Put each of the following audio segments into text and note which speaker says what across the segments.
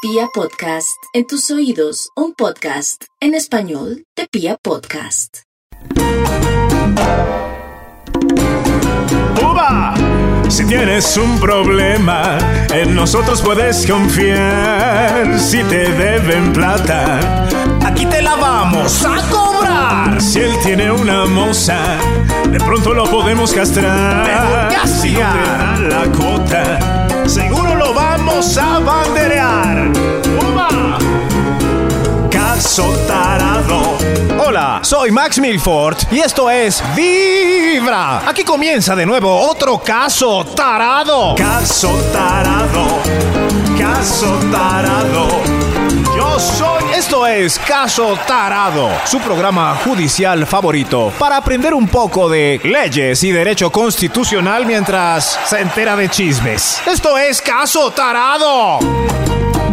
Speaker 1: Pia Podcast, en tus oídos, un podcast en español de Pia Podcast.
Speaker 2: ¡Uva! Si tienes un problema, en nosotros puedes confiar. Si te deben plata,
Speaker 3: Aquí te la vamos a cobrar.
Speaker 2: si él tiene una moza, de pronto lo podemos castrar.
Speaker 3: Mejor que
Speaker 2: Si no te da
Speaker 3: hacía.
Speaker 2: la cuota,
Speaker 3: Seguro lo vamos a banderear. ¡Uva!
Speaker 2: caso tarado.
Speaker 3: Hola, soy Max Milford y esto es Vibra. Aquí comienza de nuevo otro caso tarado.
Speaker 2: Caso tarado, caso tarado.
Speaker 3: Yo soy. Esto es Caso Tarado, su programa judicial favorito para aprender un poco de leyes y derecho constitucional mientras se entera de chismes. Esto es Caso Tarado.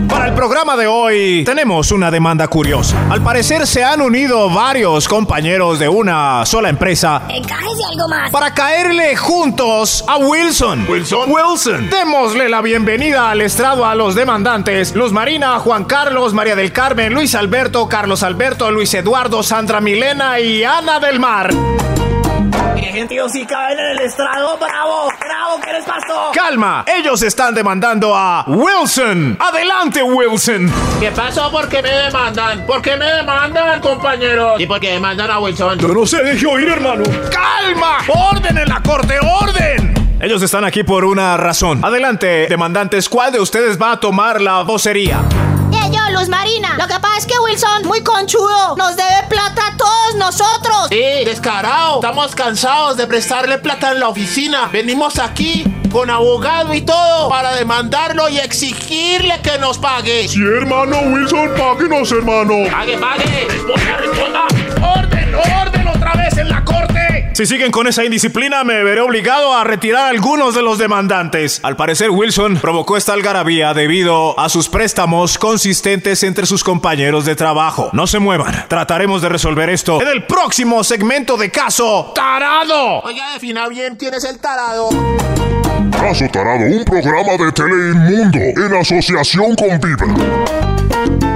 Speaker 3: Para el programa de hoy tenemos una demanda curiosa. Al parecer se han unido varios compañeros de una sola empresa
Speaker 4: Cállese algo más.
Speaker 3: para caerle juntos a Wilson.
Speaker 2: Wilson. Wilson.
Speaker 3: Démosle la bienvenida al estrado a los demandantes. Luz Marina, Juan Carlos, María del Carmen, Luis Alberto, Carlos Alberto, Luis Eduardo, Sandra Milena y Ana del Mar.
Speaker 5: Mire, gente, yo sí caben en el estrado. ¡Bravo! ¡Bravo! ¿Qué les pasó?
Speaker 3: Calma, ellos están demandando a Wilson. Adelante, Wilson.
Speaker 6: ¿Qué pasó? ¿Por qué me demandan? ¿Por qué me demandan, compañeros? ¿Y por qué demandan a Wilson?
Speaker 2: No se deje oír, hermano.
Speaker 3: Calma. Orden en la corte, orden. Ellos están aquí por una razón. Adelante, demandantes, ¿cuál de ustedes va a tomar la vocería?
Speaker 4: Eh, yo, Luz Marina. Lo que pasa es que Wilson, muy conchudo, nos debe plata a todos nosotros.
Speaker 6: Sí, descarado. Estamos cansados de prestarle plata en la oficina. Venimos aquí con abogado y todo para demandarlo y exigirle que nos pague.
Speaker 2: Sí, hermano Wilson, páguenos, hermano.
Speaker 6: Pague, pague. Responda, responda. Orden, orden otra vez en la corte.
Speaker 3: Si siguen con esa indisciplina, me veré obligado a retirar a algunos de los demandantes. Al parecer, Wilson provocó esta algarabía debido a sus préstamos consistentes entre sus compañeros de trabajo. No se muevan. Trataremos de resolver esto en el próximo segmento de caso tarado.
Speaker 6: Oiga, defina bien quién es el tarado.
Speaker 7: Caso Tarado, un programa de Teleinmundo en asociación con Vibra.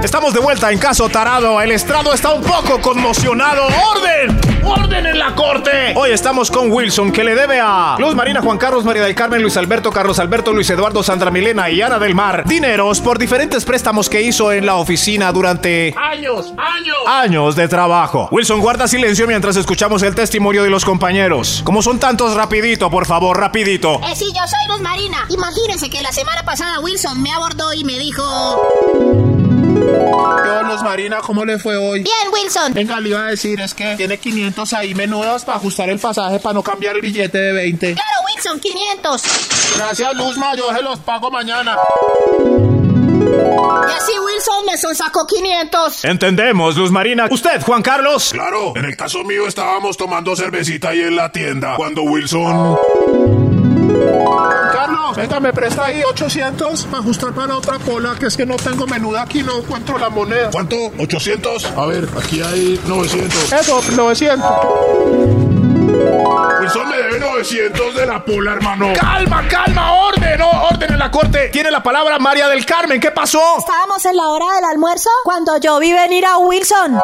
Speaker 3: Estamos de vuelta en caso tarado. El estrado está un poco conmocionado. ¡Orden! ¡Orden en la corte! Hoy estamos con Wilson, que le debe a Luz Marina, Juan Carlos, María del Carmen, Luis Alberto, Carlos Alberto, Luis Eduardo, Sandra Milena y Ana del Mar. Dineros por diferentes préstamos que hizo en la oficina durante
Speaker 6: Años, años.
Speaker 3: años de trabajo. Wilson, guarda silencio mientras escuchamos el testimonio de los compañeros. Como son tantos, rapidito, por favor, rapidito.
Speaker 4: Eh, sí, yo soy Luz Marina. Imagínense que la semana pasada Wilson me abordó y me dijo...
Speaker 6: Yo, Luz Marina, ¿cómo le fue hoy?
Speaker 4: Bien, Wilson.
Speaker 6: Venga, le iba a decir, es que tiene 500 ahí menudos para ajustar el pasaje para no cambiar el billete de 20.
Speaker 4: Claro, Wilson, 500.
Speaker 6: Gracias, Luzma, yo se los pago mañana.
Speaker 4: Y así Wilson me sacó 500.
Speaker 3: Entendemos, Luz Marina. ¿Usted, Juan Carlos?
Speaker 7: Claro, en el caso mío estábamos tomando cervecita ahí en la tienda cuando Wilson...
Speaker 6: Carlos, venga, me presta ahí 800 para ajustar para otra cola, que es que no tengo menuda aquí, no encuentro la moneda.
Speaker 7: ¿Cuánto? ¿800? A ver, aquí hay 900.
Speaker 6: Eso, 900.
Speaker 7: Wilson me debe 900 de la pola, hermano.
Speaker 3: Calma, calma, orden, oh, orden en la corte. Tiene la palabra María del Carmen. ¿Qué pasó?
Speaker 8: Estábamos en la hora del almuerzo cuando yo vi venir a Wilson.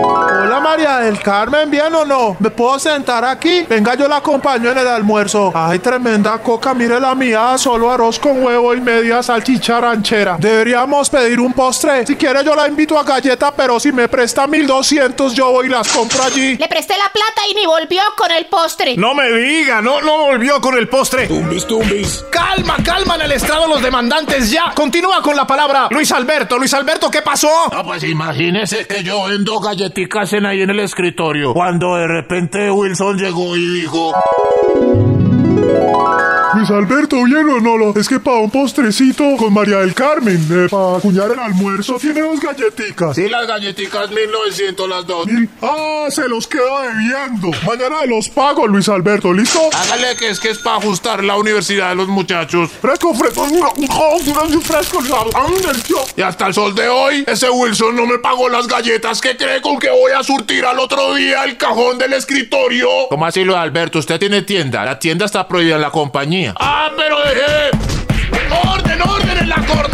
Speaker 5: Hola, María del Carmen, ¿bien o no? ¿Me puedo sentar aquí? Venga, yo la acompaño en el almuerzo. Ay, tremenda coca, mire la mía, solo arroz con huevo y media salchicha ranchera. Deberíamos pedir un postre. Si quiere, yo la invito a galleta, pero si me presta 1200, yo voy y las compro allí.
Speaker 4: Le presté la plata y ni volvió con el postre.
Speaker 3: No me diga, no, no volvió con el postre.
Speaker 7: Tumbis, tumbis.
Speaker 3: Calma, calma en el estrado los demandantes ya. Continúa con la palabra Luis Alberto. Luis Alberto, ¿qué pasó?
Speaker 6: No, pues imagínese que yo vendo galletitas en ahí en el escritorio. Cuando de repente Wilson llegó y dijo...
Speaker 5: Luis Alberto, ¿bien o no? Lo- Es que para un postrecito con María del Carmen, para acuñar el almuerzo, tiene dos galletitas.
Speaker 6: Sí, las galletitas 1900 las dos.
Speaker 5: Y- Ah, se los queda debiendo. Mañana los pago, Luis Alberto, ¿listo?
Speaker 6: Hágale que es que es para ajustar la universidad de los muchachos.
Speaker 5: Fresco, fresco, fresco, fresco, fresco.
Speaker 6: Y hasta el sol de hoy, ese Wilson no me pagó las galletas que cree con que voy a surtir al otro día el cajón del escritorio. ¿Cómo así lo de Alberto? Usted tiene tienda. La tienda está prohibida en la compañía. ¡Ah, pero dejé! ¡Orden, orden en la corte!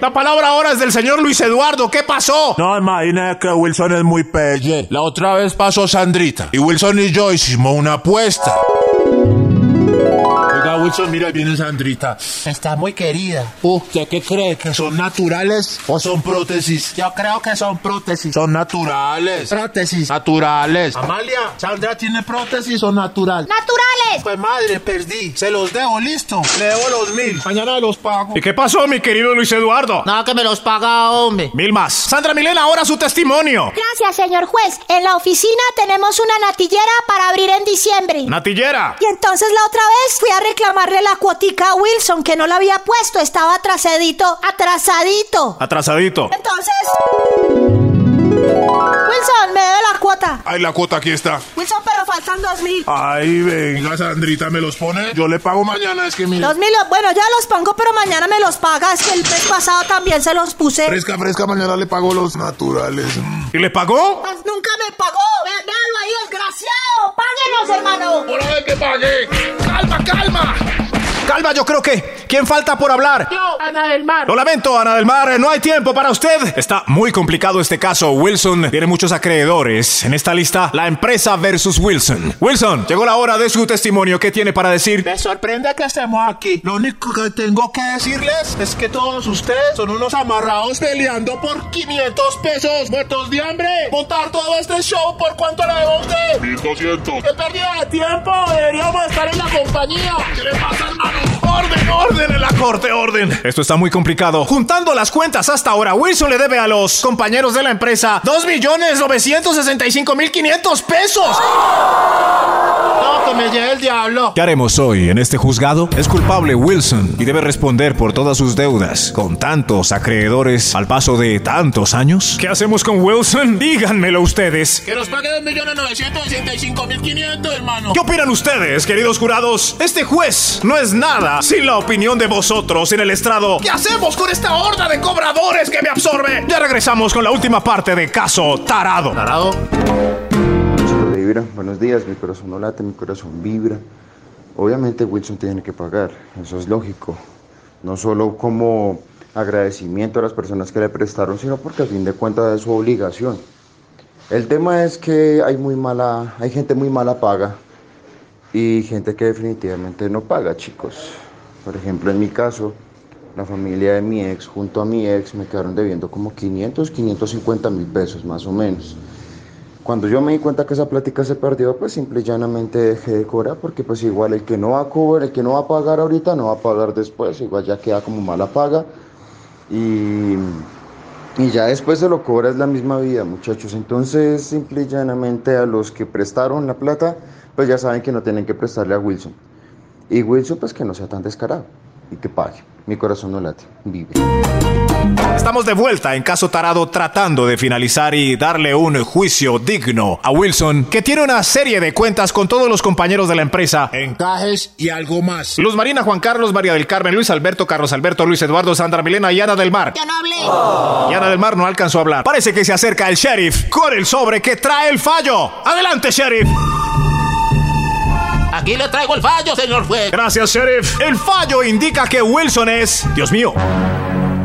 Speaker 3: La palabra ahora es del señor Luis Eduardo. ¿Qué pasó?
Speaker 6: No, imagínate que Wilson es muy pelle. La otra vez pasó Sandrita. Y Wilson y yo hicimos una apuesta. Oiga, Wilson, mira, ahí viene Sandrita. Está muy querida. ¿Usted qué cree? ¿Que son naturales o son prótesis? Yo creo que son prótesis. Son naturales. Prótesis. Naturales. Amalia, ¿Sandra tiene prótesis o natural?
Speaker 4: ¡Naturales!
Speaker 6: Pues madre, perdí. Se los debo, listo. Le debo los mil. Mañana los pago.
Speaker 3: ¿Y qué pasó, mi querido Luis Eduardo?
Speaker 4: Nada que me los paga, hombre.
Speaker 3: Mil más. Sandra Milena, ahora su testimonio.
Speaker 8: Gracias, señor juez. En la oficina tenemos una natillera para abrir en diciembre.
Speaker 3: Natillera.
Speaker 8: Y entonces la otra vez fui a reclamarle la cuotica a Wilson que no la había puesto, estaba atrasadito, atrasadito.
Speaker 3: Atrasadito.
Speaker 8: Entonces... Wilson, me debe la cuota.
Speaker 6: Ay, la cuota aquí está. Ah.
Speaker 8: Wilson, pero faltan dos mil.
Speaker 6: Ay, venga, Sandrita, me los pone. Yo le pago mañana, es que mira.
Speaker 8: Dos mil, bueno, ya los pongo, pero mañana me los pagas. que el mes pasado también se los puse.
Speaker 6: Fresca, fresca, mañana le pago los naturales.
Speaker 3: ¿Y le pagó?
Speaker 4: Pues nunca me pagó. Ve- Véalo ahí, desgraciado. Páguenos, hermano.
Speaker 6: ¡Hola de que pague! ¡Calma, calma!
Speaker 3: Calma, yo creo que. ¿Quién falta por hablar?
Speaker 6: Yo, Ana del Mar.
Speaker 3: Lo lamento, Ana del Mar, no hay tiempo para usted. Está muy complicado este caso. Wilson tiene muchos acreedores. En esta lista, la empresa versus Wilson. Wilson, llegó la hora de su testimonio. ¿Qué tiene para decir?
Speaker 6: Me sorprende que estemos aquí. Lo único que tengo que decirles es que todos ustedes son unos amarrados peleando por 500 pesos muertos de hambre. Montar todo este show por cuánto le debo a usted.
Speaker 7: 1200.
Speaker 6: ¡Qué pérdida de tiempo! Deberíamos estar en la compañía. ¿Qué le pasa, hermano? ¡Orden, orden!
Speaker 3: En la corte, orden. Esto está muy complicado. Juntando las cuentas hasta ahora, Wilson le debe a los compañeros de la empresa 2.965.500 pesos.
Speaker 6: No, que me lleve el diablo.
Speaker 3: ¿Qué haremos hoy en este juzgado? Es culpable Wilson y debe responder por todas sus deudas con tantos acreedores al paso de tantos años. ¿Qué hacemos con Wilson? Díganmelo ustedes.
Speaker 6: Que nos pague 2.965.500, hermano.
Speaker 3: ¿Qué opinan ustedes, queridos jurados? Este juez no es nada sin la opinión de vosotros en el estrado. ¿Qué hacemos con esta horda de cobradores que me absorbe? Ya regresamos con la última parte de Caso Tarado.
Speaker 6: ¿Tarado?
Speaker 9: Solo vibra, buenos días, mi corazón no late, mi corazón vibra. Obviamente Wilson tiene que pagar, eso es lógico. No solo como agradecimiento a las personas que le prestaron, sino porque a fin de cuentas es su obligación. El tema es que hay muy mala, hay gente muy mala paga y gente que definitivamente no paga, chicos. Por ejemplo, en mi caso, la familia de mi ex junto a mi ex me quedaron debiendo como 500, 550 mil pesos más o menos. Cuando yo me di cuenta que esa plática se perdió, pues simple y llanamente dejé de cobrar, porque pues igual el que no va a cobrar, el que no va a pagar ahorita, no va a pagar después, igual ya queda como mala paga. Y, y ya después se lo cobra es la misma vida, muchachos. Entonces, simple y llanamente a los que prestaron la plata, pues ya saben que no tienen que prestarle a Wilson. Y Wilson, pues que no sea tan descarado y que pague. Mi corazón no late, vive.
Speaker 3: Estamos de vuelta en Caso Tarado tratando de finalizar y darle un juicio digno a Wilson, que tiene una serie de cuentas con todos los compañeros de la empresa.
Speaker 6: Encajes y algo más.
Speaker 3: Luz Marina, Juan Carlos, María del Carmen, Luis Alberto, Carlos Alberto, Luis Eduardo, Sandra Milena y Ana del Mar.
Speaker 4: Yo no hablé.
Speaker 3: Y Ana del Mar no alcanzó a hablar. Parece que se acerca el sheriff con el sobre que trae el fallo. Adelante, sheriff.
Speaker 6: Aquí le traigo el fallo, señor juez.
Speaker 3: Gracias, sheriff. El fallo indica que Wilson es, Dios mío,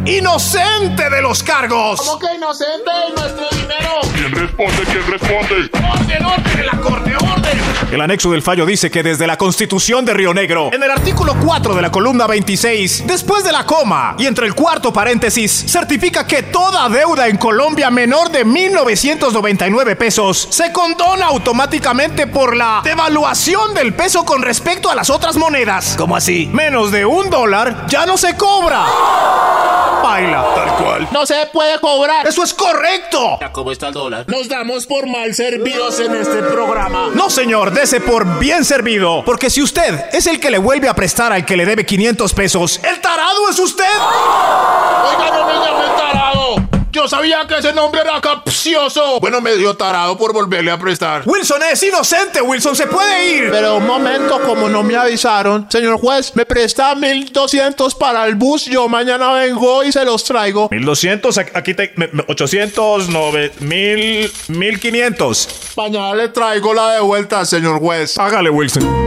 Speaker 3: inocente de los cargos.
Speaker 6: ¿Cómo que inocente de nuestro dinero?
Speaker 7: ¿Quién responde? ¿Quién responde?
Speaker 6: ¡Orden, orden! ¡La corte, orden!
Speaker 3: El anexo del fallo dice que desde la Constitución de Río Negro, en el artículo 4 de la columna 26, después de la coma y entre el cuarto paréntesis, certifica que toda deuda en Colombia menor de 1.999 pesos se condona automáticamente por la devaluación del peso con respecto a las otras monedas. ¿Cómo así? Menos de un dólar ya no se cobra. Baila, tal cual.
Speaker 6: ¡No se puede cobrar!
Speaker 3: Eso es correcto.
Speaker 6: ¿Cómo está el dólar? Nos damos por mal servidos en este programa.
Speaker 3: No, señor, dese por bien servido. Porque si usted es el que le vuelve a prestar al que le debe 500 pesos, ¡el tarado es usted!
Speaker 6: Oiga, no me llame tarado. Yo sabía que ese nombre era capcioso. Bueno, me dio tarado por volverle a prestar.
Speaker 3: Wilson es inocente, Wilson se puede ir.
Speaker 6: Pero un momento, como no me avisaron, señor juez, me presta 1200 para el bus. Yo mañana vengo y se los traigo.
Speaker 3: 1200, ac- aquí te. me- me- 800, 9, 1000, 1500.
Speaker 6: Mañana le traigo la de vuelta, señor juez.
Speaker 3: Hágale, Wilson.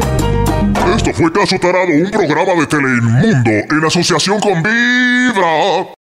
Speaker 7: Esto fue Caso Tarado, un programa de Teleinmundo en asociación con Vibra.